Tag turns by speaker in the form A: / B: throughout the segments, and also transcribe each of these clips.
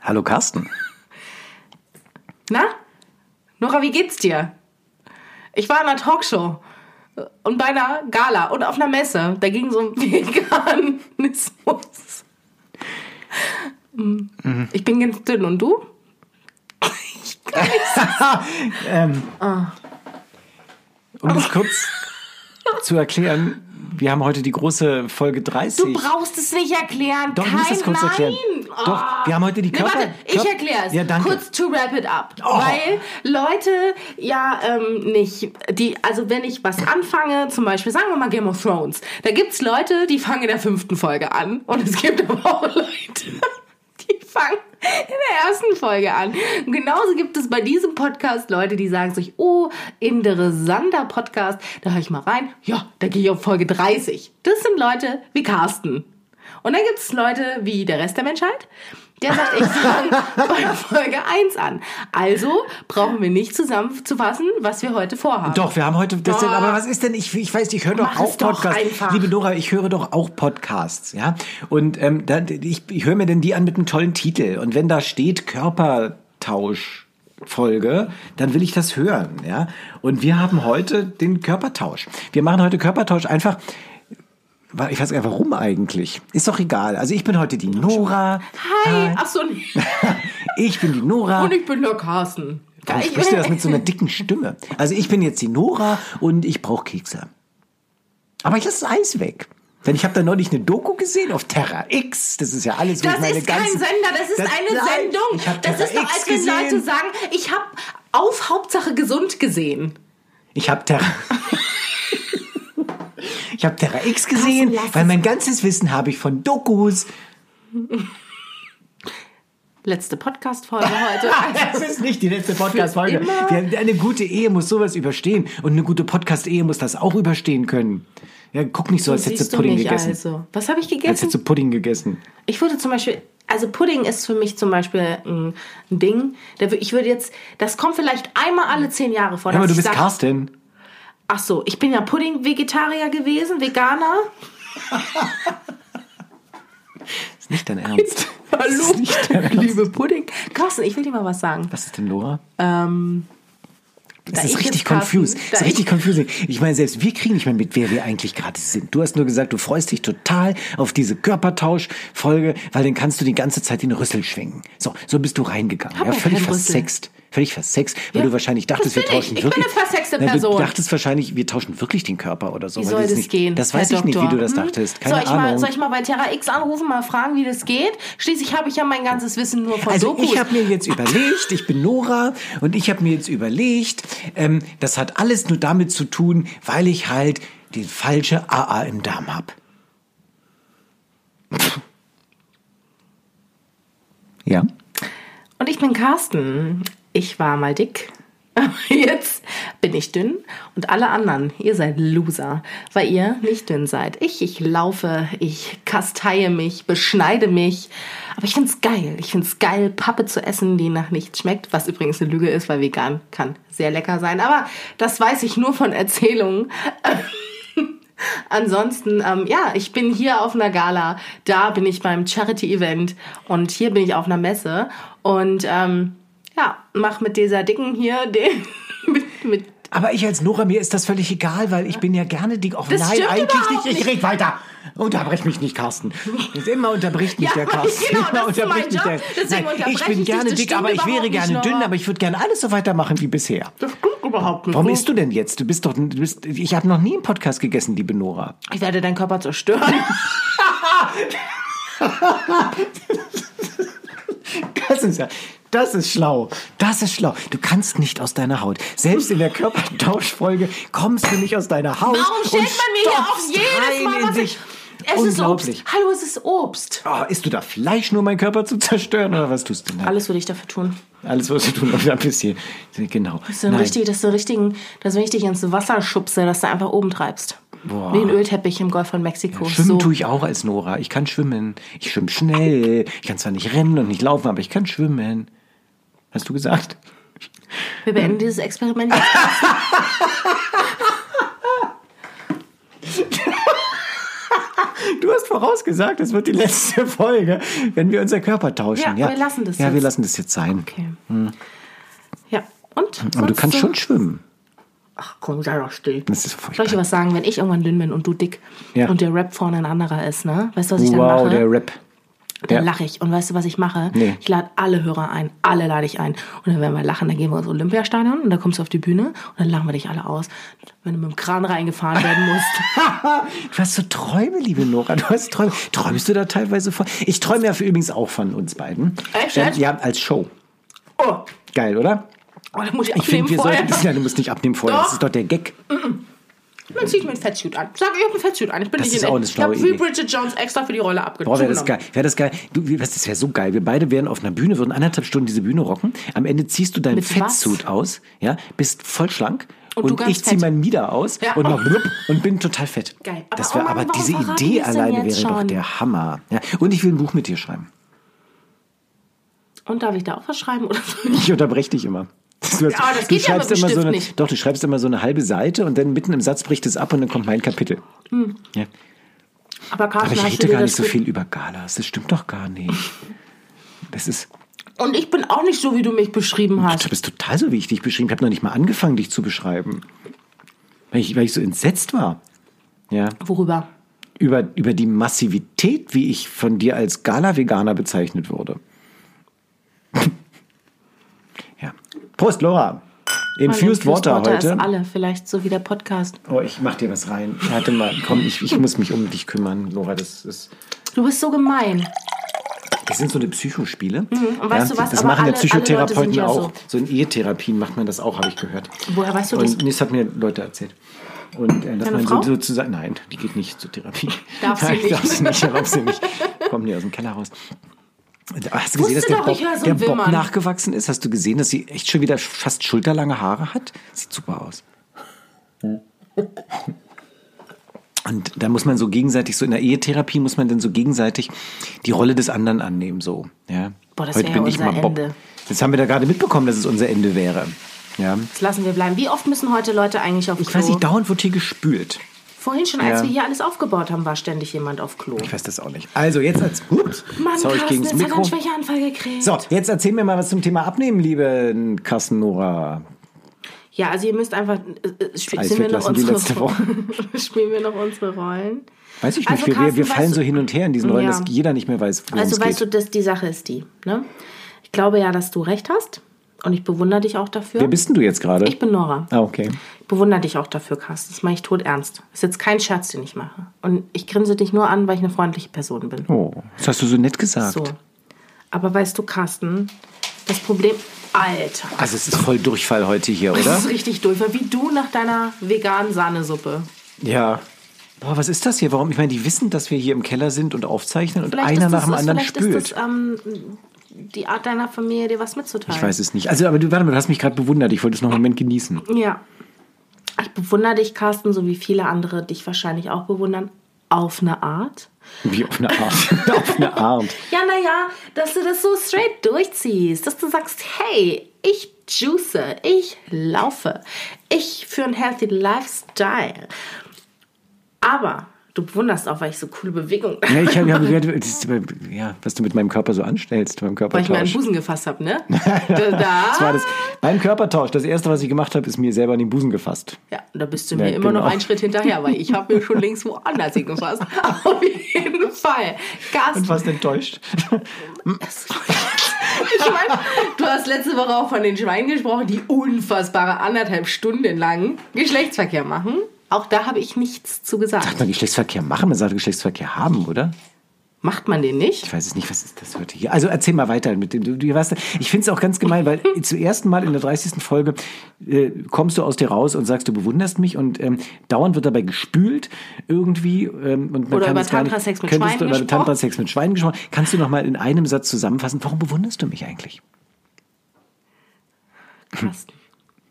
A: Hallo Carsten.
B: Na? Nora, wie geht's dir? Ich war in einer Talkshow und bei einer Gala und auf einer Messe. Da ging es um Veganismus. Mm. Ich bin ganz dünn und du?
A: Um das kurz zu erklären, wir haben heute die große Folge 30.
B: Du brauchst es nicht erklären.
A: Doch, ich
B: Kein
A: muss das kurz
B: Nein.
A: erklären.
B: Oh.
A: Doch, wir haben heute die Körper-
B: Nee, warte, ich
A: Körper-
B: erkläre es.
A: Ja, danke.
B: Kurz to wrap it up. Weil Leute ja ähm, nicht, die, also wenn ich was anfange, zum Beispiel sagen wir mal Game of Thrones, da gibt es Leute, die fangen in der fünften Folge an. Und es gibt aber auch Leute, die fangen in der ersten Folge an. Und genauso gibt es bei diesem Podcast Leute, die sagen sich, oh, interessanter Podcast, da höre ich mal rein. Ja, da gehe ich auf Folge 30. Das sind Leute wie Carsten. Und dann gibt es Leute wie der Rest der Menschheit, der sagt, ich fange bei Folge 1 an. Also brauchen wir nicht zusammenzufassen, was wir heute vorhaben.
A: Doch, wir haben heute das denn,
B: Boah.
A: aber was ist denn, ich, ich weiß, ich höre doch
B: Mach
A: auch
B: es doch
A: Podcasts.
B: einfach.
A: Liebe Dora, ich höre doch auch Podcasts, ja. Und ähm, da, ich, ich höre mir denn die an mit einem tollen Titel. Und wenn da steht Körpertausch. Folge, dann will ich das hören, ja. Und wir haben heute den Körpertausch. Wir machen heute Körpertausch einfach, weil ich weiß gar nicht, warum eigentlich. Ist doch egal. Also ich bin heute die Nora. Äh.
B: Hi, ach so, nee.
A: Ich bin die Nora.
B: und ich bin der Carsten.
A: Warum
B: Ich-
A: sprichst du das mit so einer dicken Stimme? Also ich bin jetzt die Nora und ich brauche Kekse. Aber ich lasse das Eis weg. Denn ich habe da neulich eine Doku gesehen auf Terra X. Das ist ja alles, wo ich
B: Das
A: meine
B: ist kein
A: ganzen,
B: Sender, das ist eine
A: Nein,
B: Sendung.
A: Ich hab
B: Das
A: Terra
B: ist doch,
A: X
B: als wenn
A: gesehen.
B: Leute sagen, ich habe auf Hauptsache gesund gesehen.
A: Ich habe Terra. ich habe Terra X gesehen,
B: lass
A: weil
B: es.
A: mein ganzes Wissen habe ich von Dokus.
B: Letzte Podcast-Folge heute. Also
A: Das ist nicht die letzte Podcast-Folge.
B: Für immer.
A: Wir- Eine gute Ehe muss sowas überstehen. Und eine gute Podcast-Ehe muss das auch überstehen können. Ja, guck nicht so, als hättest
B: Siehst
A: du
B: du
A: Pudding
B: mich
A: gegessen.
B: also. Was habe ich
A: Als
B: gegessen?
A: hättest du Pudding gegessen.
B: Ich würde zum Beispiel, also Pudding ist für mich zum Beispiel ein Ding. da wür- Ich würde jetzt, das kommt vielleicht einmal alle zehn Jahre vor.
A: Hör mal,
B: dass
A: du
B: ich
A: bist
B: sag,
A: Carsten.
B: Ach so, ich bin ja Pudding-Vegetarier gewesen, Veganer.
A: Ist nicht dein Ernst.
B: Hallo, liebe Pudding. Carsten, ich will dir mal was sagen.
A: Was ist denn Lora?
B: Ähm,
A: Das
B: ich
A: ist richtig
B: jetzt Carsten-
A: confused.
B: da
A: Das ist richtig
B: ich-
A: confusing. Ich meine, selbst wir kriegen nicht mehr mit, wer wir eigentlich gerade sind. Du hast nur gesagt, du freust dich total auf diese Körpertausch-Folge, weil dann kannst du die ganze Zeit den Rüssel schwingen. So, so bist du reingegangen.
B: Hab
A: Ja,
B: ja
A: völlig
B: keinen Rüssel.
A: versext. Völlig versext, weil
B: Ja,
A: du wahrscheinlich
B: das
A: dachtest, wir
B: bin ich.
A: tauschen
B: Ich bin
A: wirklich.
B: eine versexte
A: Nein,
B: Person.
A: Du dachtest wahrscheinlich, wir tauschen wirklich den Körper oder so.
B: Wie
A: weil
B: soll
A: wir es
B: das
A: nicht,
B: gehen?
A: Das weiß
B: Herr
A: ich nicht, wie
B: Doktor?
A: du das
B: Hm?
A: dachtest. Keine
B: soll, ich
A: Ahnung.
B: Mal, soll ich mal bei Terra X anrufen, mal fragen, wie das geht? Schließlich habe ich ja mein ganzes Wissen nur von
A: Also
B: Dokus.
A: ich habe mir jetzt überlegt, ich bin Nora und ich habe mir jetzt überlegt, ähm, das hat alles nur damit zu tun, weil ich halt die falsche AA im Darm hab. Ja.
B: Und ich bin Carsten. Ich war mal dick. aber Jetzt bin ich dünn und alle anderen, ihr seid Loser, weil ihr nicht dünn seid. Ich, ich laufe, ich kasteie mich, beschneide mich. Aber ich find's geil. Ich find's geil, Pappe zu essen, die nach nichts schmeckt. Was übrigens eine Lüge ist, weil vegan kann sehr lecker sein. Aber das weiß ich nur von Erzählungen. Ansonsten, ähm, ja, ich bin hier auf einer Gala, da bin ich beim Charity-Event und hier bin ich auf einer Messe und ähm, ja, mach mit dieser Dicken hier den. Mit, mit
A: Aber ich als Nora, mir ist das völlig egal, weil ich bin ja gerne dick. Och
B: Das
A: nein,
B: stimmt
A: eigentlich
B: überhaupt
A: nicht. Ich
B: nicht.
A: rede weiter. Unterbrech mich nicht, Carsten. Das immer unterbricht mich
B: Ja,
A: der Carsten.
B: genau,
A: immer
B: das ist mein
A: unterbricht mich
B: Job.
A: der-
B: Deswegen
A: Nein, ich
B: unterbreche
A: bin
B: ich dich,
A: gerne
B: das
A: dick,
B: stimmt
A: aber ich wäre
B: überhaupt
A: gerne
B: nicht,
A: dünn,
B: Nora.
A: aber ich würde gerne alles so weitermachen wie bisher.
B: das stimmt überhaupt nicht.
A: Warum isst du denn jetzt? Du bist doch, du bist, ich habe noch nie einen Podcast gegessen, liebe Nora.
B: Ich werde deinen Körper zerstören.
A: Das ist ja, das ist schlau. Das ist schlau. Du kannst nicht aus deiner Haut. Selbst in der Körpertauschfolge kommst du nicht aus deiner Haut.
B: Warum stellt
A: und
B: man mir hier auf
A: stopfst
B: jedes
A: rein
B: Mal
A: in
B: was?
A: sich.
B: Es ist
A: Unglaublich.
B: Obst. Hallo, es ist Obst.
A: Oh, isst du da Fleisch, nur um meinen Körper zu zerstören? Oder was tust du denn da?
B: Alles würde ich dafür tun.
A: Alles, was du tun darfst, ein bisschen. Genau.
B: Das ist so ein richtig, das ist so ein richtigen, dass wenn ich dich ins Wasser schubse, dass du einfach oben treibst.
A: Boah.
B: Wie ein Ölteppich im Golf von Mexiko.
A: Schwimmen
B: so.
A: tue ich auch als Nora. Ich kann schwimmen. Ich schwimme schnell. Ich kann zwar nicht rennen und nicht laufen, aber ich kann schwimmen. Hast du gesagt?
B: Wir beenden dieses Experiment jetzt.
A: Du hast vorausgesagt, es wird die letzte Folge, wenn wir unser Körper tauschen.
B: Ja, wir lassen das
A: Ja,
B: jetzt.
A: wir lassen das jetzt sein.
B: Okay. Ja, und?
A: Hm. Aber du
B: Sonst
A: kannst
B: so?
A: schon schwimmen.
B: Ach komm, sei doch still.
A: Das ist
B: Soll ich dir
A: furchtbar.
B: was sagen, wenn ich irgendwann dünn bin und du dick
A: Ja.
B: und der Rap vorne ein anderer ist, ne? Weißt du, was ich dann
A: Wow,
B: mache?
A: der Rap.
B: Dann
A: Ja.
B: lache ich. Und weißt du, was ich mache?
A: Nee.
B: Ich lade alle Hörer ein. Alle lade ich ein. Und dann werden wir lachen. Dann gehen wir ins Olympiastadion und dann kommst du auf die Bühne und dann lachen wir dich alle aus, wenn du mit dem Kran reingefahren werden musst.
A: Du hast so Träume, liebe Nora. Du hast Träume. Träumst du da teilweise von? Ich träume ja übrigens auch von uns beiden.
B: Echt
A: Ähm,
B: jetzt?
A: Ja, als Show.
B: Oh,
A: Geil, oder?
B: oh da muss ich
A: Ich finde,
B: abnehmen
A: wir
B: vorher.
A: sollten. Ja, du musst nicht abnehmen vorher. Das
B: Doch.
A: ist doch der Gag.
B: Dann ziehe ich mir ein Fettsuit an. Sag, ich habe ein Fettsuit an. Ich bin
A: Das
B: nicht
A: ist
B: in
A: auch eine
B: echt. Ich
A: schlaue
B: habe wie
A: Idee.
B: Bridget Jones extra für die Rolle
A: Boah,
B: abgenommen.
A: wäre das geil. Wäre das geil. Du, wie- was, das wäre so geil. Wir beide wären auf einer Bühne, würden anderthalb Stunden diese Bühne rocken. Am Ende ziehst du deinen
B: Mit was?
A: Fettsuit aus, ja, bist voll schlank.
B: Und
A: Und,
B: du ganz
A: ich ziehe
B: fett.
A: meinen Mieder aus
B: Ja.
A: und mach blub und bin total fett.
B: Geil. Aber
A: Aber, das
B: oh
A: wär,
B: Mann,
A: aber
B: warum
A: diese
B: verraten
A: Idee
B: wir's denn
A: alleine wäre
B: jetzt
A: doch
B: schon?
A: der Hammer. Ja. Und ich will ein Buch mit dir schreiben.
B: Und darf ich da auch was schreiben? Oder so?
A: Ich unterbreche dich immer. Du, hast-
B: Aber Ah, das geht ja mit dem
A: immer so
B: Stift
A: eine,
B: nicht.
A: Doch, du schreibst immer so eine halbe Seite und dann mitten im Satz bricht es ab und dann kommt mein Kapitel.
B: Hm.
A: Ja.
B: Aber Carsten,
A: Aber ich
B: hast du
A: rede
B: dir
A: gar
B: das
A: nicht so
B: gut-
A: viel über Galas. Das stimmt doch gar nicht. Das ist.
B: Und ich bin auch nicht so, wie du mich beschrieben hast.
A: Du bist total so, wie ich dich beschrieben habe. Ich habe noch nicht mal angefangen, dich zu beschreiben. Weil ich, weil ich so entsetzt war. Ja.
B: Worüber?
A: Über, über die Massivität, wie ich von dir als Gala-Veganer bezeichnet wurde. ja. Prost, Laura. Infused Water heute.
B: Ist alle, vielleicht so wie der Podcast.
A: Oh, ich mach dir was rein. Warte mal, komm, ich, ich muss mich um dich kümmern, Laura. Das ist.
B: Du bist so gemein.
A: Das sind so eine Psychospiele.
B: Mhm. und weißt du was?
A: Das
B: Aber
A: machen ja
B: alle- alle Leute
A: Psychotherapeuten
B: sind ja
A: auch. So. in Ehetherapien macht man das auch, habe ich gehört.
B: Woher weißt du
A: und,
B: das?
A: Nee, das hat mir Leute erzählt. Und äh, dass
B: Deine
A: man
B: Frau?
A: so, sozusagen. Nein, die geht nicht zur Therapie.
B: Darf sie
A: Nein,
B: nicht.
A: Darf sie nicht, darf sie nicht. Kommt nie aus dem Keller raus. Und Hast du gesehen,
B: Wusste
A: dass der,
B: doch,
A: Bob,
B: ich hör so
A: der
B: ein
A: Bob
B: Wimmern.
A: nachgewachsen ist? Hast du gesehen, dass sie echt schon wieder fast schulterlange Haare hat? Sieht super aus. Und da muss man so gegenseitig, so in der Ehetherapie muss man dann so gegenseitig die Rolle des anderen annehmen, so. Ja.
B: Boah, das
A: Heute
B: wär
A: bin
B: ja
A: ich mal
B: unser
A: Bob.
B: Ende.
A: Jetzt haben wir da gerade mitbekommen, dass es unser Ende wäre. Ja.
B: Das lassen wir bleiben. Wie oft müssen heute Leute eigentlich auf
A: Ich
B: Klo?
A: weiß nicht, dauernd wird hier gespült.
B: Vorhin schon, als
A: Ja.
B: wir hier alles aufgebaut haben, war ständig jemand auf Klo.
A: Ich weiß das auch nicht. Also jetzt als. Ups,
B: Mann,
A: jetzt hau ich
B: Carsten,
A: gegen
B: jetzt hat er
A: das
B: einen
A: Mikro.
B: Schwächeanfall gekriegt.
A: So, jetzt erzähl mir mal was zum Thema Abnehmen, liebe Carsten Nora.
B: Ja, also ihr müssen einfach äh, äh, spiel,
A: Eis
B: sind wir noch
A: weglassen wie
B: unsere
A: letzte Woche.
B: spielen wir noch unsere Rollen.
A: Weiß ich
B: Also,
A: nicht, wir, wir-
B: Carsten,
A: wir
B: weißt
A: fallen
B: du-
A: so hin und her in diesen Rollen,
B: Ja.
A: dass jeder nicht mehr weiß, worum
B: Also
A: es
B: weißt
A: geht.
B: du, dass die Sache ist die, ne? Ich glaube ja, dass du recht hast und ich bewundere dich auch dafür.
A: Wer bist denn du jetzt gerade?
B: ich bin Nora.
A: Ah, okay.
B: Ich bewundere dich auch dafür, Carsten. Das mache ich tot ernst. Ist jetzt kein Scherz, den ich mache. Und ich grinse dich nur an, weil ich eine freundliche Person bin.
A: Oh, das hast du so nett gesagt.
B: So. Aber weißt du, Carsten, das Problem. Alter.
A: Also es ist voll Durchfall heute hier,
B: Das
A: oder?
B: ist richtig durch, weil wie du nach deiner veganen Sahnesuppe.
A: Ja. Boah, was ist das hier? Warum? Ich meine, die wissen, dass wir hier im Keller sind und aufzeichnen und
B: Vielleicht
A: einer
B: ist
A: nach dem
B: das,
A: anderen
B: vielleicht
A: spült.
B: ist das ähm, die Art deiner Familie, dir was mitzuteilen.
A: ich weiß es nicht. Also, aber du, warte mal, du hast mich gerade bewundert. Ich wollte es noch einen Moment genießen.
B: Ja. Ich bewundere dich, Carsten, so wie viele andere dich wahrscheinlich auch bewundern. Auf eine Art.
A: Wie auf eine Art. auf eine Art.
B: Ja, naja, dass du das so straight durchziehst, dass du sagst, hey, ich juice, ich laufe, ich für einen healthy Lifestyle. Aber du bewunderst auch, weil ich so coole Bewegungen,
A: Ja, ich habe hab gehört, das, ja, was du mit meinem Körper so anstellst, beim
B: weil ich meinen
A: Körpertausch.
B: Busen gefasst habe, ne? da,
A: Das war das, beim Körpertausch, das erste, was ich gemacht habe, ist mir selber in den Busen gefasst.
B: Ja, da bist du
A: Ja,
B: mir immer noch
A: genau.
B: einen Schritt hinterher, weil ich habe mir schon längst woanders hingefasst. Auf jeden Fall. Carsten,
A: Und warst enttäuscht.
B: Ich meine, du hast letzte Woche auch von den Schweinen gesprochen, die unfassbare anderthalb Stunden lang Geschlechtsverkehr machen. Auch da habe ich nichts zu gesagt.
A: Sagt man Geschlechtsverkehr machen, man sagt Geschlechtsverkehr haben, oder?
B: Macht man den nicht?
A: Ich weiß es nicht, was ist das heute hier? Also erzähl mal weiter mit dem. Du, du weißt, ich finde es auch ganz gemein, weil zum ersten Mal in der 30. Folge äh, kommst du aus dir raus und sagst, du bewunderst mich und ähm, dauernd wird dabei gespült irgendwie. Ähm, und man
B: Oder
A: kann
B: über
A: es gar nicht-
B: Tantra-Sex mit
A: könntest
B: Schweinen
A: du über
B: gesprochen?
A: Tantra-Sex mit Schweinen gesprochen. Kannst du noch mal in einem Satz zusammenfassen, warum bewunderst du mich eigentlich?
B: Carsten,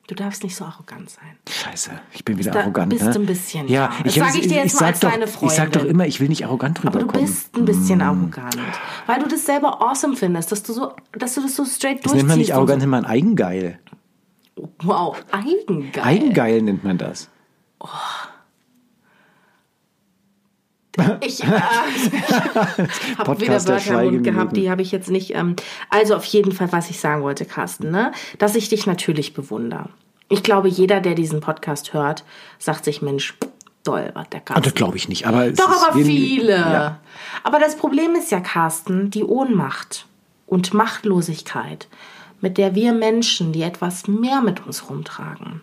B: du darfst nicht so arrogant sein.
A: Scheiße, ich bin wieder
B: Da
A: arrogant.
B: bist
A: ne?
B: du ein bisschen,
A: Ja,
B: ja. Das
A: ich,
B: sag
A: hätte-
B: ich dir jetzt mal
A: sag
B: als
A: doch,
B: deine
A: Ich sag doch
B: Freundin.
A: immer, ich will nicht arrogant
B: Aber du
A: rüberkommen.
B: bist ein bisschen arrogant. Weil du das selber awesome findest, dass du, so, dass du das so straight
A: das nennt man
B: durchziehst.
A: nicht
B: und
A: arrogant, nennt man Eigengeil.
B: so. Wow, Eigengeil.
A: Eigengeil nennt man das.
B: Ich äh, habe wieder
A: Podcast der
B: Wörter im Mund
A: Schweigeminuten.
B: gehabt, die habe ich jetzt nicht. Ähm, also auf jeden Fall, was ich sagen wollte, Carsten, ne? dass ich dich natürlich bewundere. Ich glaube, jeder, der diesen Podcast hört, sagt sich, Mensch, doll, was der
A: Ah,
B: Carsten
A: das glaube ich nicht, aber es ist
B: Doch, aber
A: jeden-
B: viele.
A: Ja.
B: Aber das Problem ist ja, Carsten, die Ohnmacht und Machtlosigkeit, mit der wir Menschen, die etwas mehr mit uns rumtragen,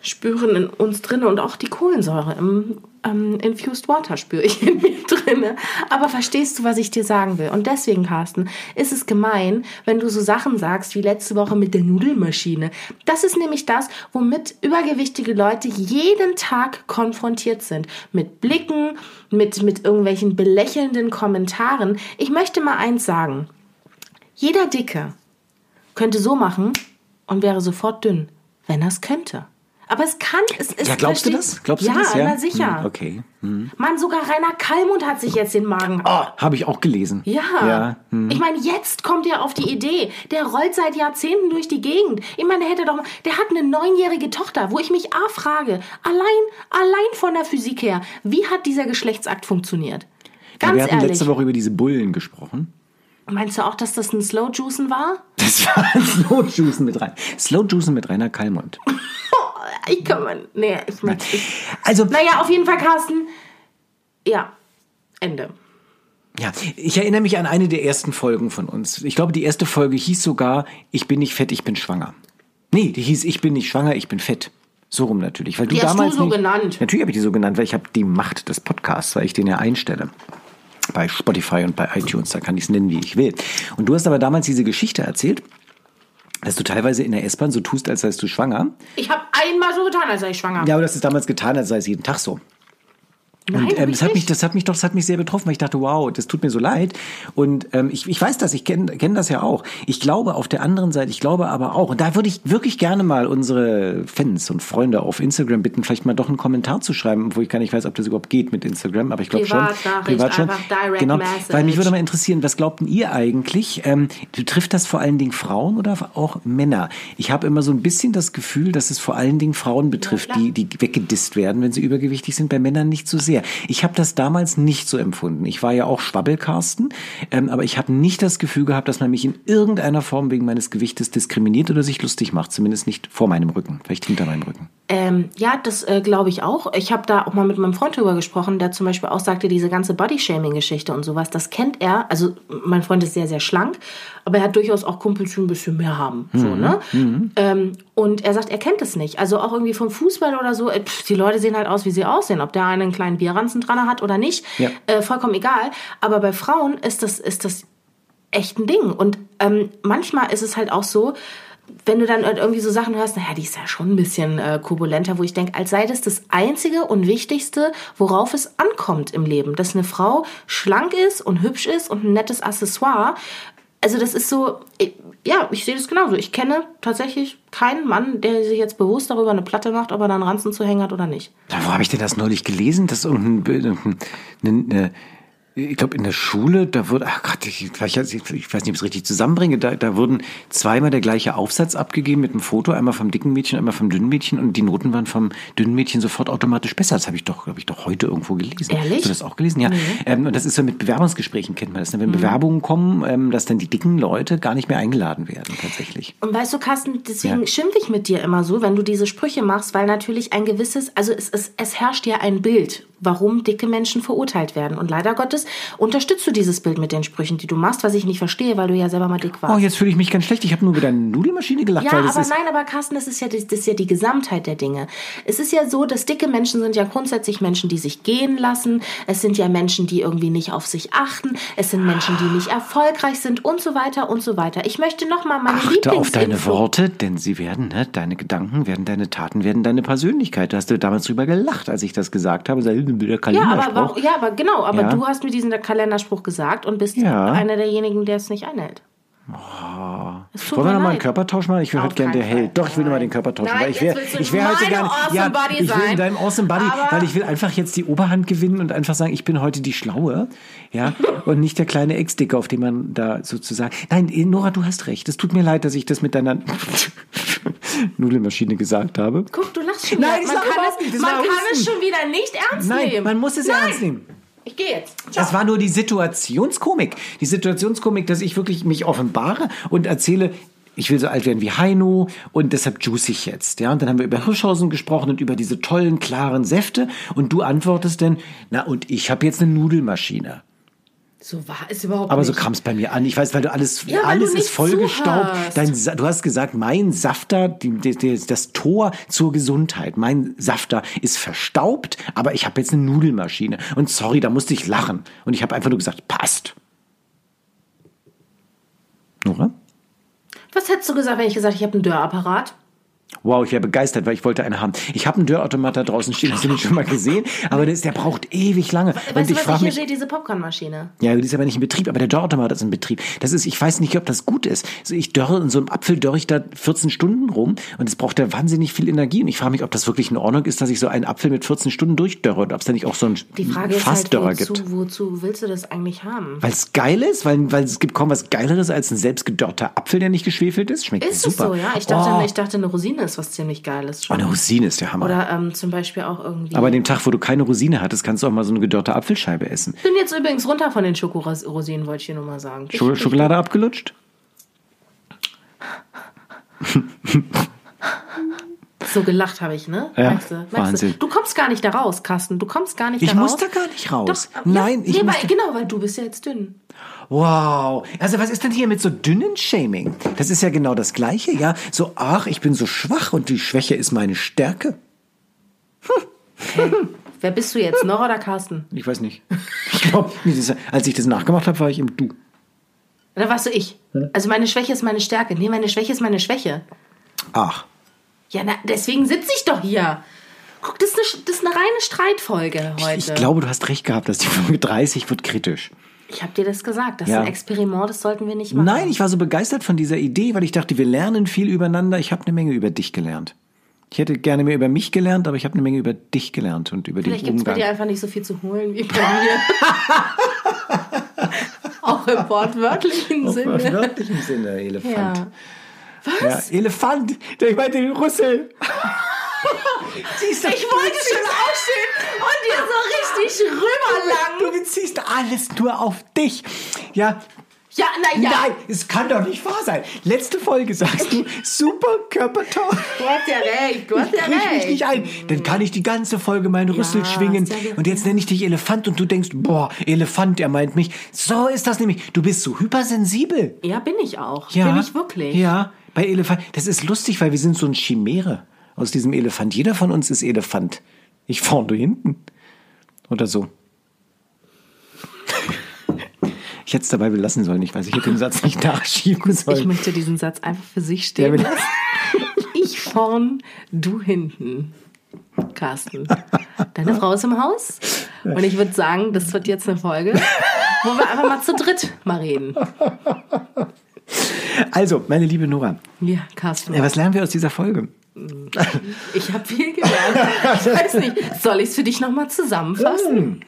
B: spüren in uns drinne und auch die Kohlensäure im ähm, Infused Water spüre ich in mir drinne. Aber verstehst du, was ich dir sagen will? Und deswegen, Carsten, ist es gemein, wenn du so Sachen sagst wie letzte Woche mit der Nudelmaschine. Das ist nämlich das, womit übergewichtige Leute jeden Tag konfrontiert sind. Mit Blicken, mit, mit irgendwelchen belächelnden Kommentaren. Ich möchte mal eins sagen. Jeder Dicke könnte so machen und wäre sofort dünn, wenn er es könnte. Aber es kann, es ist.
A: Ja, glaubst du
B: verstehst-
A: das? Glaubst
B: ja,
A: du das?
B: Ja, na sicher.
A: Hm, Okay.
B: Mann, sogar Rainer Kallmund hat sich jetzt den Magen.
A: Habe ich auch gelesen.
B: Oh. Ja.
A: ja. hm.
B: Ich meine, jetzt kommt er auf die Idee. Der rollt seit Jahrzehnten durch die Gegend. Ich meine, der hätte doch mal, der hat eine neunjährige Tochter, wo ich mich A frage, allein, allein von der Physik her, wie hat dieser Geschlechtsakt funktioniert? Ganz
A: Wir hatten
B: ehrlich.
A: letzte Woche über diese Bullen gesprochen.
B: Meinst du auch, dass das ein Slow Juicen war?
A: Das war Slow Juicen mit rein. Slow Juicen mit Rainer Kallmund.
B: Ich kann man. Nee, ich mein, ich,
A: Also,
B: Naja, auf jeden Fall, Carsten. Ja, Ende.
A: ja, ich erinnere mich an eine der ersten Folgen von uns. Ich glaube, die erste Folge hieß sogar, ich bin nicht fett, ich bin schwanger. Nee, die hieß, ich bin nicht schwanger, ich bin fett. So rum natürlich. Weil du
B: Die hast
A: damals
B: du so
A: nicht,
B: genannt.
A: Natürlich habe ich die so genannt, weil ich habe die Macht des Podcasts, weil ich den ja einstelle. Bei Spotify und bei iTunes, da kann ich es nennen, wie ich will. Und du hast aber damals diese Geschichte erzählt, dass du teilweise in der S-Bahn so tust, als seist du schwanger.
B: Ich habe einmal so getan, als sei ich schwanger.
A: Ja, aber das ist damals getan, als sei es jeden Tag so.
B: Nein,
A: Und
B: hab
A: ähm,
B: ich
A: das, hat mich,
B: nicht.
A: das hat mich doch, das hat mich sehr betroffen, weil ich dachte, wow, das tut mir so leid. Und ähm, ich, ich weiß das, ich kenne kenn das ja auch. Ich glaube auf der anderen Seite, ich glaube aber auch, und da würde ich wirklich gerne mal unsere Fans und Freunde auf Instagram bitten, vielleicht mal doch einen Kommentar zu schreiben, wo ich gar nicht weiß, ob das überhaupt geht mit Instagram, aber ich glaube schon.
B: Privatnachricht, einfach direct
A: genau, Weil mich
B: message.
A: würde mal interessieren, was glaubten ihr eigentlich? Ähm, trifft das vor allen Dingen Frauen oder auch Männer? Ich habe immer so ein bisschen das Gefühl, dass es vor allen Dingen Frauen betrifft,
B: klar.
A: die, die weggedisst werden, wenn sie übergewichtig sind, bei Männern nicht so sehr. Ich habe das damals nicht so empfunden. Ich war ja auch Schwabbelkarsten, ähm, aber ich habe nicht das Gefühl gehabt, dass man mich in irgendeiner Form wegen meines Gewichtes diskriminiert oder sich lustig macht. Zumindest nicht vor meinem Rücken, vielleicht hinter meinem Rücken.
B: Ähm, ja, das äh, glaube ich auch. Ich habe da auch mal mit meinem Freund drüber gesprochen, der zum Beispiel auch sagte, diese ganze Bodyshaming-Geschichte und sowas, das kennt er. Also mein Freund ist sehr, sehr schlank, aber er hat durchaus auch Kumpels, die ein bisschen mehr haben.
A: Mhm.
B: So, ne? ähm, und er sagt, er kennt es nicht. Also auch irgendwie vom Fußball oder so, äh, pff, die Leute sehen halt aus, wie sie aussehen. Ob der eine einen kleinen Bierranzen dran hat oder nicht,
A: Ja.
B: äh, vollkommen egal. Aber bei Frauen ist das, ist das echt ein Ding. Und ähm, manchmal ist es halt auch so, wenn du dann halt irgendwie so Sachen hörst, naja, die ist ja schon ein bisschen äh, turbulenter, wo ich denke, als sei das das Einzige und Wichtigste, worauf es ankommt im Leben, dass eine Frau schlank ist und hübsch ist und ein nettes Accessoire. Also das ist so, ich- ja, ich sehe das genauso. Ich kenne tatsächlich keinen Mann, der sich jetzt bewusst darüber eine Platte macht, ob er da einen Ranzen zu hängen hat oder nicht.
A: Na, Wo habe ich denn das neulich gelesen? Das ist irgendein, Bild, irgendein eine, eine, ich glaube in der Schule, da wurde, ach Gott, ich, vielleicht- ich weiß nicht, ob ich es richtig zusammenbringe, da, da wurden zweimal der gleiche Aufsatz abgegeben mit einem Foto, einmal vom dicken Mädchen, einmal vom dünnen Mädchen und die Noten waren vom dünnen Mädchen sofort automatisch besser. Das habe ich doch, habe ich doch heute irgendwo gelesen.
B: Ehrlich? Mhm.
A: Hast du das auch gelesen? Ja. Ähm, und das ist so mit Bewerbungsgesprächen kennt man das, ne? wenn Bewerbungen kommen, ähm, dass dann die dicken Leute gar nicht mehr eingeladen werden tatsächlich.
B: Und weißt du, Carsten, deswegen
A: Ja.
B: schimpfe ich mit dir immer so, wenn du diese Sprüche machst, weil natürlich ein gewisses, also es, es, es herrscht ja ein Bild, warum dicke Menschen verurteilt werden. Und leider Gottes bist, unterstützt du dieses Bild mit den Sprüchen, die du machst, was ich nicht verstehe, weil du ja selber mal dick warst.
A: Oh, jetzt fühle ich mich ganz schlecht. Ich habe nur über deine Nudelmaschine gelacht,
B: Ja,
A: weil das
B: aber
A: ist.
B: nein, aber Carsten, das ist, ja, die- das ist ja die Gesamtheit der Dinge. Es ist ja so, dass dicke Menschen sind ja grundsätzlich Menschen, die sich gehen lassen. Es sind ja Menschen, die irgendwie nicht auf sich achten. Es sind Menschen, die nicht erfolgreich sind und so weiter und so weiter. Ich möchte nochmal meine
A: Achte auf deine
B: Lieblingsinflu-
A: Worte, denn sie werden, ne, deine Gedanken werden deine Taten, werden deine Persönlichkeit. Da hast du damals drüber gelacht, als ich das gesagt habe. Sei- Der
B: Ja, aber,
A: Kalenderspruch.
B: warum- ja, aber genau, aber
A: Ja.
B: du hast mir diesen Kalenderspruch gesagt und bist
A: Ja.
B: einer derjenigen, der es nicht einhält. Es tut
A: Wollen
B: mir
A: wir nochmal einen
B: leid.
A: Körpertausch machen? Ich wäre
B: Auf
A: heute gern der
B: keinen Fall.
A: Held. Doch, ich will nochmal den Körpertausch.
B: Nein,
A: weil ich wäre
B: jetzt willst du
A: ich wär heute
B: meine
A: gerne,
B: Awesome
A: ja,
B: Body
A: ich will in
B: sein.
A: deinem Awesome Buddy,
B: Aber-
A: weil ich will einfach jetzt die Oberhand gewinnen und einfach sagen, ich bin heute die Schlaue, ja, und nicht der kleine Ex-Dicke, auf dem man da sozusagen. Nein, eh, Nora, du hast recht. Es tut mir leid, dass ich das mit deiner Nudelmaschine gesagt habe.
B: Guck, du lachst schon wieder.
A: Nein, ich
B: man
A: lach
B: kann,
A: überhaupt
B: es,
A: nicht. Das
B: man
A: war
B: kann es
A: Husten.
B: schon wieder nicht ernst
A: Nein,
B: nehmen.
A: man muss es
B: Nein.
A: ernst nehmen.
B: Ich gehe jetzt.
A: Das war nur die Situationskomik. Die Situationskomik, dass ich wirklich mich offenbare und erzähle, ich will so alt werden wie Heino und deshalb juice ich jetzt. Ja, und dann haben wir über Hirschhausen gesprochen und über diese tollen, klaren Säfte. Und du antwortest dann, na und ich habe jetzt eine Nudelmaschine.
B: So war es überhaupt
A: Aber
B: nicht.
A: so kam es bei mir an. Ich weiß, weil du alles,
B: Ja, weil
A: alles
B: du
A: ist
B: nicht
A: vollgestaubt.
B: zuhörst.
A: Dein, Sa- du hast gesagt, mein Safter, die, die, die, das Tor zur Gesundheit, mein Safter ist verstaubt, aber ich habe jetzt eine Nudelmaschine. Und sorry, da musste ich lachen. Und ich habe einfach nur gesagt, passt. Nora?
B: Was hättest du gesagt, wenn ich gesagt, ich habe einen Dörrapparat?
A: Wow, ich wäre begeistert, weil ich wollte eine haben. Ich habe einen Dörrautomat da draußen stehen, hast du den schon mal gesehen? Aber das, der braucht ewig lange.
B: Weißt du,
A: ich
B: was ich
A: frage
B: hier
A: mich,
B: sehe? Diese Popcornmaschine.
A: Ja, die ist aber nicht in Betrieb, aber der Dörrautomat ist in Betrieb. Das ist, ich weiß nicht, ob das gut ist. Also ich dörre in so einem Apfel dörre ich da 14 Stunden rum und es braucht ja wahnsinnig viel Energie. Und ich frage mich, ob das wirklich in Ordnung ist, dass ich so einen Apfel mit 14 Stunden durchdörre und ob es da nicht auch so einen
B: Die Frage ist halt,
A: Fassdörrer
B: wozu,
A: gibt.
B: wozu willst du das eigentlich haben?
A: Weil es geil ist, weil, weil es gibt kaum was Geileres als ein selbstgedörrter Apfel, der nicht geschwefelt ist. Schmeckt
B: Ist es
A: super.
B: so, ja? Ich dachte,
A: oh,
B: ich dachte, eine Rosine ist was ziemlich Geiles
A: oh,
B: schon.
A: eine Rosine ist der Hammer.
B: Oder ähm, zum Beispiel auch irgendwie.
A: aber an dem Tag, wo du keine Rosine hattest, kannst du auch mal so eine gedörrte Apfelscheibe essen.
B: ich bin jetzt übrigens runter von den Schokorosin, wollte ich hier nur mal sagen. Ich,
A: Scho- Schokolade abgelutscht?
B: so gelacht habe ich, ne?
A: Ja,
B: merkst du, merkst
A: Wahnsinn.
B: Du. du kommst gar nicht da raus, Carsten. Du kommst gar nicht
A: Ich
B: da raus.
A: muss da gar nicht raus.
B: Doch,
A: Nein,
B: ja,
A: ich
B: nee,
A: muss
B: weil, genau, weil du bist ja jetzt dünn.
A: Wow. Also was ist denn hier mit so dünnen Shaming? Das ist ja genau das Gleiche, ja? So, ach, ich bin so schwach und die Schwäche ist meine Stärke.
B: Wer bist du jetzt, Nora oder Carsten?
A: Ich weiß nicht. Ich glaube, als ich das nachgemacht habe, war ich im Du.
B: Oder warst du ich? Also meine Schwäche ist meine Stärke. Nee, meine Schwäche ist meine Schwäche.
A: Ach.
B: Ja, na, deswegen sitze ich doch hier. Guck, das ist eine, Sch- das ist eine reine Streitfolge heute.
A: Ich glaube, du hast recht gehabt, dass die Folge 30 wird kritisch.
B: Ich habe dir das gesagt. Das
A: Ja.
B: ist ein Experiment, das sollten wir nicht machen.
A: Nein, ich war so begeistert von dieser Idee, weil ich dachte, wir lernen viel übereinander. Ich habe eine Menge über dich gelernt. Ich hätte gerne mehr über mich gelernt, aber ich habe eine Menge über dich gelernt und über
B: Vielleicht
A: den
B: gibt es bei
A: Umgang.
B: dir einfach nicht so viel zu holen wie bei mir. Auch im wortwörtlichen
A: Im
B: Sinne.
A: wörtlichen Sinne, Elefant.
B: ne? Ja.
A: Was? Ja, Elefant. Ich meine den Rüssel.
B: Ich wollte schon aufstehen und dir so richtig rüberlangen.
A: Du beziehst alles nur auf dich. Ja.
B: Ja, na ja.
A: Nein, es kann doch nicht wahr sein. Letzte Folge sagst du, super Körpertausch.
B: Du hast ja recht. Du hast ja
A: Krieg mich
B: recht.
A: nicht ein. Dann kann ich die ganze Folge meinen Rüssel
B: Ja,
A: schwingen.
B: ist ja gut.
A: Und jetzt nenne ich dich Elefant und du denkst, boah, Elefant, er meint mich. So ist das nämlich. Du bist so hypersensibel.
B: Ja, bin ich auch.
A: Ja.
B: Bin ich wirklich.
A: Ja, bei Elefant. Das ist lustig, weil wir sind so ein Chimäre aus diesem Elefant. Jeder von uns ist Elefant. Ich vorne, du hinten. Oder so. Ich hätte es dabei belassen sollen. Ich weiß, ich hätte den Satz nicht nachschieben
B: Ich
A: sollen.
B: möchte diesen Satz einfach für sich
A: Ja,
B: stehen
A: wenn-
B: lassen. Ich vorn, du hinten. Carsten, deine Frau ist im Haus und ich würde sagen, das wird jetzt eine Folge, wo wir einfach mal zu dritt mal reden.
A: Also, meine liebe Nora,
B: Ja, Carsten,
A: ja, was lernen wir aus dieser Folge?
B: ich habe viel gelernt. Ich weiß nicht, soll ich es für dich nochmal zusammenfassen?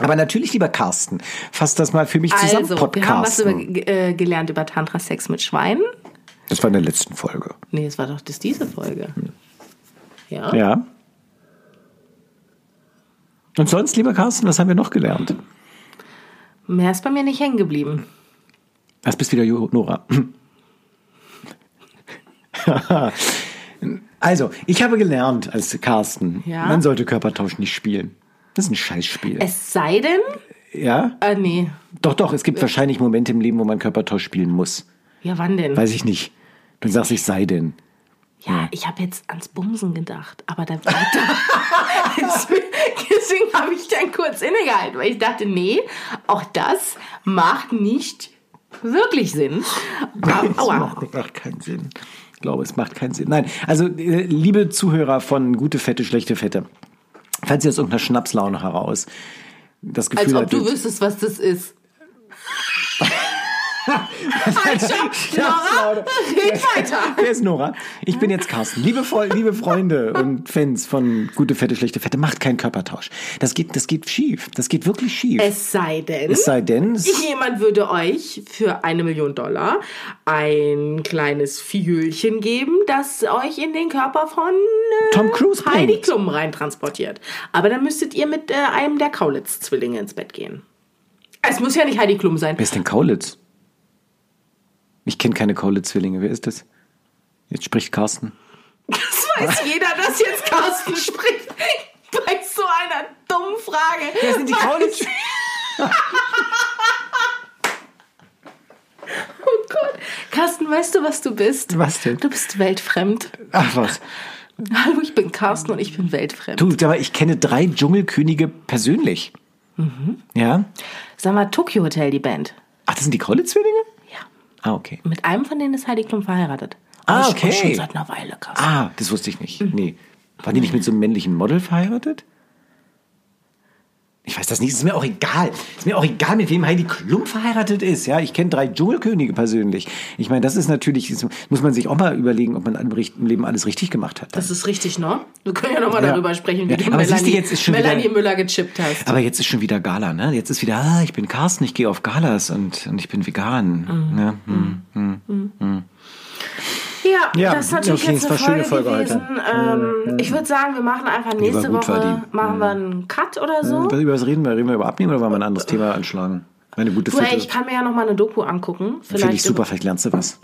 A: Aber natürlich, lieber Carsten, fass das mal für mich zusammen,
B: Also, wir haben was
A: Podcasten.
B: über, äh, gelernt über Tantra-Sex mit Schweinen.
A: das war in der letzten Folge.
B: Nee, es war doch das diese Folge. Ja.
A: Ja. Und sonst, lieber Carsten, was haben wir noch gelernt?
B: Mehr ist bei mir nicht hängen geblieben.
A: Das bist wieder Jo- Nora. also, ich habe gelernt als Carsten,
B: Ja.
A: man sollte Körpertausch nicht spielen. Das ist ein Scheißspiel.
B: Es sei denn,
A: Ja?
B: Äh, nee.
A: Doch, doch, es gibt
B: Äh.
A: wahrscheinlich Momente im Leben, wo man Körpertausch spielen muss.
B: Ja, wann denn?
A: Weiß ich nicht. Du sagst, ich sei denn.
B: ja, ich habe jetzt ans Bumsen gedacht, aber dann weiter. Deswegen- Deswegen habe ich dann kurz innegehalten, weil ich dachte, nee, auch das macht nicht wirklich Sinn. Aber,
A: Das
B: aua.
A: macht, macht keinen Sinn. Ich glaube, es macht keinen Sinn. Nein, also äh, liebe Zuhörer von Gute Fette, schlechte Fette, falls ihr aus irgendeiner Schnapslaune heraus
B: Als
A: das Gefühl
B: ob
A: hattet,
B: du wüsstest, was das ist. Halt, stopp, Nora, red weiter.
A: Wer ist Nora? Ich bin jetzt Carsten. Liebe, Fol- liebe Freunde und Fans von Gute Fette, schlechte Fette, macht keinen Körpertausch. Das geht, das geht schief. Das geht wirklich schief. Es,
B: Es sei denn,
A: sei denn, es-
B: jemand würde euch für eine Million Dollar ein kleines Fiülchen geben, das euch in den Körper von äh,
A: Tom Cruise
B: Heidi
A: bringt.
B: Klum reintransportiert. Aber dann müsstet ihr mit äh, einem der Kaulitz-Zwillinge ins Bett gehen. Es muss ja nicht Heidi Klum sein.
A: Wer ist denn Kaulitz? Ich kenne keine Kaulitz-Zwillinge. Wer ist das? Jetzt spricht Carsten.
B: Das weiß jeder, dass jetzt Carsten spricht. Bei so einer dummen Frage.
A: Wer sind die
B: Weiß-
A: Kaulitz-
B: Oh Gott. Carsten, weißt du, was du bist?
A: Was denn?
B: Du bist weltfremd.
A: Ach was.
B: Hallo, ich bin Carsten und ich bin weltfremd.
A: Du, sag mal, ich kenne drei Dschungelkönige persönlich. Mhm. Ja?
B: Sag mal, Tokyo Hotel, die Band.
A: Ach, das sind die Kaulitz-Zwillinge?
B: Ja.
A: Ah, okay.
B: Mit einem von denen ist Heidi Klum verheiratet.
A: Ah,
B: Und
A: okay.
B: Schon seit einer Weile, Carsten.
A: Ah, das wusste ich nicht. Nee. Waren die nicht mit so einem männlichen Model verheiratet? Ich weiß das nicht, ist mir auch egal. Ist mir auch egal, mit wem Heidi Klum verheiratet ist. Ja, ich kenne drei Dschungelkönige persönlich. Ich meine, das ist natürlich, das muss man sich auch mal überlegen, ob man im Richt- im Leben alles richtig gemacht hat.
B: Das ist richtig, ne? Wir können ja nochmal
A: Ja.
B: darüber sprechen, wie
A: Ja,
B: du
A: aber siehst du,
B: Melanie,
A: jetzt ist schon wieder-
B: Melanie Müller gechippt hast.
A: Aber jetzt ist schon wieder Gala, ne? Jetzt ist wieder, ah, ich bin Carsten, ich gehe auf Galas und, und ich bin vegan.
B: Mhm.
A: Ne? Hm.
B: Ja,
A: Ja,
B: das ist natürlich
A: okay,
B: jetzt
A: es
B: eine
A: war eine
B: Folge
A: schöne Folge
B: gewesen. Ähm, ich würde sagen, wir machen einfach nächste
A: war gut, war
B: Woche
A: die. Mhm.
B: machen wir einen Cut oder so.
A: Was, über was reden wir? Reden wir über Abnehmen oder wollen wir ein anderes Thema anschlagen? Meine gute
B: Du, ey,
A: Fette.
B: ich kann mir ja nochmal eine Doku angucken. Vielleicht
A: Finde ich super, vielleicht lernst du was.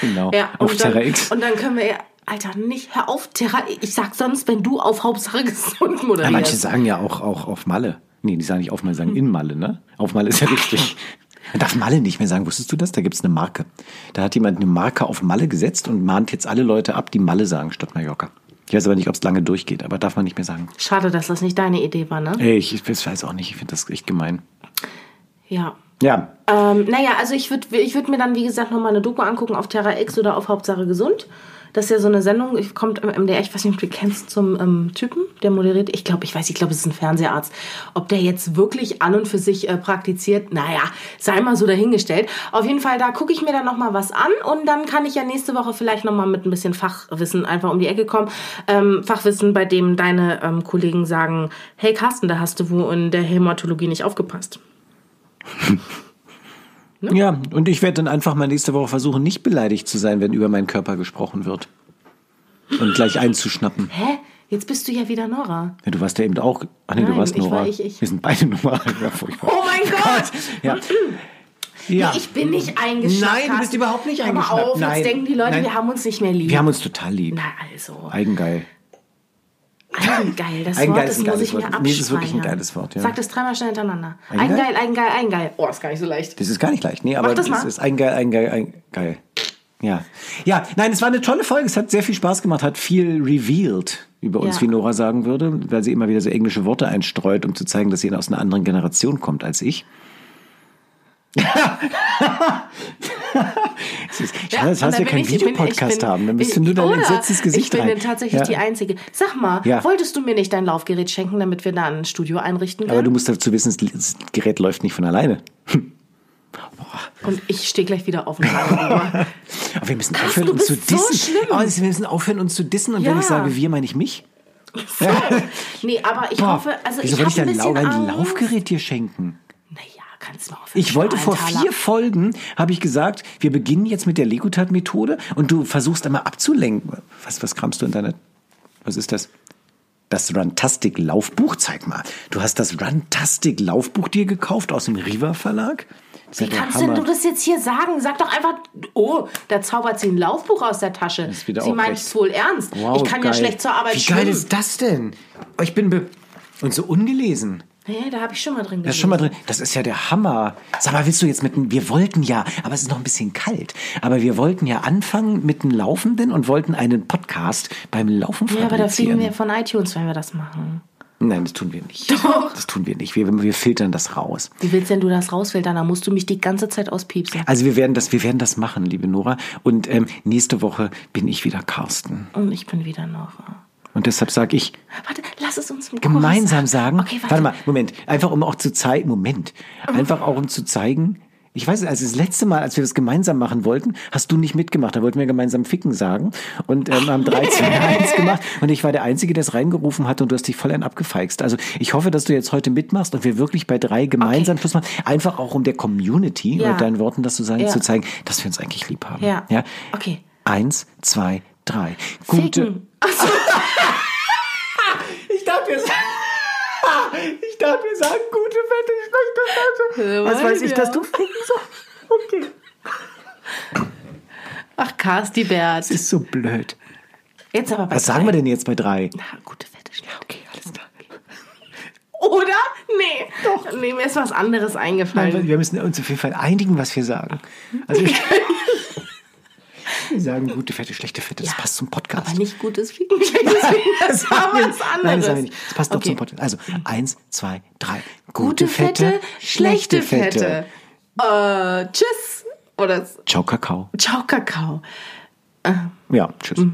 A: genau.
B: Ja,
A: auf
B: und dann,
A: Terra X.
B: Und dann können wir ja. Alter, nicht, hör auf, Terra. Ich sag sonst, wenn du auf Hauptsache gesund
A: Ja, manche
B: moderierst.
A: sagen ja auch, auch auf Malle. Nee, die sagen nicht auf Malle, die
B: Hm.
A: sagen in Malle, ne? Auf Malle ist ja richtig. Man darf Malle nicht mehr sagen. Wusstest du das? Da gibt es eine Marke. Da hat jemand eine Marke auf Malle gesetzt und mahnt jetzt alle Leute ab, die Malle sagen statt Mallorca. Ich weiß aber nicht, ob es lange durchgeht, aber darf man nicht mehr sagen.
B: Schade, dass das nicht deine Idee war, ne?
A: Ey, ich, ich weiß auch nicht, ich finde das echt gemein.
B: Ja.
A: Ja,
B: Ähm, naja, also ich würde ich würd mir dann, wie gesagt, nochmal eine Doku angucken auf Terra X oder auf Hauptsache Gesund. Das ist ja so eine Sendung, ich- kommt im MDR, ich weiß nicht, ob du kennst, zum ähm, Typen, der moderiert. Ich glaube, ich weiß, ich glaube, es ist ein Fernseharzt. Ob der jetzt wirklich an und für sich äh, praktiziert, naja, sei mal so dahingestellt. Auf jeden Fall, da gucke ich mir dann nochmal was an und dann kann ich ja nächste Woche vielleicht nochmal mit ein bisschen Fachwissen einfach um die Ecke kommen. Ähm, Fachwissen, bei dem deine ähm, Kollegen sagen, hey Carsten, da hast du wo in der Hämatologie nicht aufgepasst. Ne?
A: ja. Und ich werde dann einfach mal nächste Woche versuchen, nicht beleidigt zu sein, wenn über meinen Körper gesprochen wird. Und gleich einzuschnappen.
B: Hä? Jetzt bist du ja wieder Nora.
A: Ja, du warst ja eben auch. Ach nee, du
B: Nein,
A: warst
B: ich
A: Nora.
B: war ich, ich.
A: Wir sind beide Nora. Ja, furchtbar.
B: Oh mein Gott! Hm.
A: Ja. ja.
B: Nee, ich bin nicht eingeschnappt.
A: Nein, du bist
B: Carsten.
A: überhaupt nicht
B: Hör
A: eingeschnappt.
B: mal auf,
A: Nein.
B: jetzt denken die Leute,
A: Nein.
B: wir haben uns nicht mehr lieb.
A: Wir haben uns total lieb.
B: Na also,
A: Eigengeil.
B: Eigengeil, das
A: Eigengeil
B: Wort,
A: ist
B: das
A: ein
B: muss
A: geiles
B: ich mir
A: Wort.
B: abspeichern.
A: Nee, das ist wirklich ein geiles Wort, ja.
B: Sag das dreimal schnell hintereinander.
A: Eigengeil?
B: Eigengeil, Eigengeil, Eigengeil. Oh, ist gar nicht so leicht.
A: Das ist gar nicht leicht. Nee, aber
B: das
A: das
B: mal.
A: ist ein geil, ein geil, ein geil. Ja. Ja, nein, es war eine tolle Folge. Es hat sehr viel Spaß gemacht, hat viel revealed über uns,
B: Ja.
A: wie Nora sagen würde, weil sie immer wieder so englische Worte einstreut, um zu zeigen, dass sie aus einer anderen Generation kommt als ich. Es ist- Schade,
B: und
A: dass
B: dann
A: wir
B: bin
A: keinen
B: ich- bin- ich
A: Videopodcast
B: bin-
A: haben. Dann bist du
B: bin-
A: nur dein
B: oder
A: entsetztes Gesicht
B: Ich bin
A: rein.
B: dann tatsächlich
A: Ja.
B: die Einzige. Sag mal,
A: Ja.
B: wolltest du mir nicht dein Laufgerät schenken, damit wir da ein Studio einrichten
A: Aber du
B: können?
A: musst dazu wissen, das Gerät läuft nicht von alleine.
B: Und ich stehe gleich wieder auf und sage,
A: Aber wir müssen
B: Carsten,
A: aufhören,
B: du
A: uns zu
B: bist so
A: dissen.
B: schlimm.
A: Oh, wir müssen aufhören, uns zu dissen. Und wenn
B: Ja.
A: ich sage wir, meine ich mich.
B: nee, aber ich
A: Boah,
B: hoffe, also
A: wieso
B: ich
A: wollte ich
B: habe ein
A: denn
B: bisschen
A: Laura ein
B: Angst.
A: Laufgerät dir schenken?
B: Naja, kannst du mal auf
A: Ich wollte vor
B: Steuertaler.
A: vier Folgen, habe ich gesagt, wir beginnen jetzt mit der Legutat-Methode und du versuchst einmal abzulenken. Was, was kramst du in deiner... Was ist das? Das Runtastic-Laufbuch, zeig mal. Du hast das Runtastic-Laufbuch dir gekauft aus dem Riva-Verlag? Das ist ja
B: Wie
A: der
B: kannst denn
A: Hammer.
B: du das jetzt hier sagen? Sag doch einfach, oh, da zaubert sie ein Laufbuch aus der Tasche.
A: Ist wieder
B: sie
A: auch
B: meint
A: recht.
B: es wohl ernst.
A: Wow,
B: ich kann ja
A: geil.
B: schlecht zur Arbeit
A: Wie
B: schwimmen.
A: geil ist das denn? Oh, Ich bin be Und so ungelesen.
B: Hä, da habe ich schon mal drin
A: Das ist schon mal drin. Das ist ja der Hammer. Sag mal, willst du jetzt mit einem, wir wollten ja, aber es ist noch ein bisschen kalt, aber wir wollten ja anfangen mit einem Laufenden und wollten einen Podcast beim Laufen
B: Ja, aber da fliegen
A: fabrizieren.
B: wir von iTunes, wenn wir das machen.
A: Nein, das tun wir nicht.
B: Doch.
A: Das tun wir nicht. Wir, wir filtern das raus.
B: Wie willst denn du das rausfiltern? Da musst du mich die ganze Zeit auspiepsen.
A: Also wir werden das, wir werden das machen, liebe Nora. Und ähm, nächste Woche bin ich wieder Carsten.
B: Und ich bin wieder noch. äh,
A: Und deshalb sage ich,
B: Warte, lass es uns im Chor
A: gemeinsam sagen.
B: Okay, warte. Oh.
A: warte. mal, Moment. Einfach um auch zu zeigen, Moment. Einfach auch um zu zeigen. Ich weiß, als das letzte Mal, als wir das gemeinsam machen wollten, hast du nicht mitgemacht. Da wollten wir gemeinsam Ficken sagen und ähm, haben 13 eins gemacht. Und ich war der Einzige, der es reingerufen hat und du hast dich voll ein abgefeixt. Also ich hoffe, dass du jetzt heute mitmachst und wir wirklich bei drei gemeinsam
B: Okay.
A: Schluss machen. Einfach auch um der Community
B: Ja.
A: mit deinen Worten das zu sagen,
B: Ja.
A: zu zeigen, dass wir uns eigentlich lieb haben.
B: Ja.
A: ja?
B: Okay.
A: Eins, zwei, drei. Gute.
B: Ficken.
A: Ich dachte, wir sagen, ich dachte, wir sagen gute, fette, schlechte
B: Ja,
A: Fette. Was
B: wollen
A: weiß ich,
B: wir.
A: dass du ficken sollst? Okay.
B: Ach, Carsti Bert.
A: Das ist so blöd.
B: Jetzt aber bei
A: Was sagen wir denn jetzt bei drei?
B: Na, gute Fette. Okay,
A: Alles klar.
B: Oder? Nee. Doch. Nee, mir ist was anderes eingefallen.
A: Nein, wir müssen uns auf jeden Fall einigen, was wir sagen. Also wir, wir sagen gute, fette, schlechte Fette. Das
B: Ja.
A: passt zum Podcast.
B: aber nicht gutes Ficken. schlechtes Ficken, Das war
A: Nein,
B: was anderes.
A: Nein, das sagen wir nicht. Das passt doch
B: Okay.
A: zum Podcast. Also eins, zwei, drei.
B: Gute Fette, schlechte Fette. Äh, tschüss. Oder
A: Ciao, Kakao.
B: Ciao, Kakao.
A: Ja, tschüss.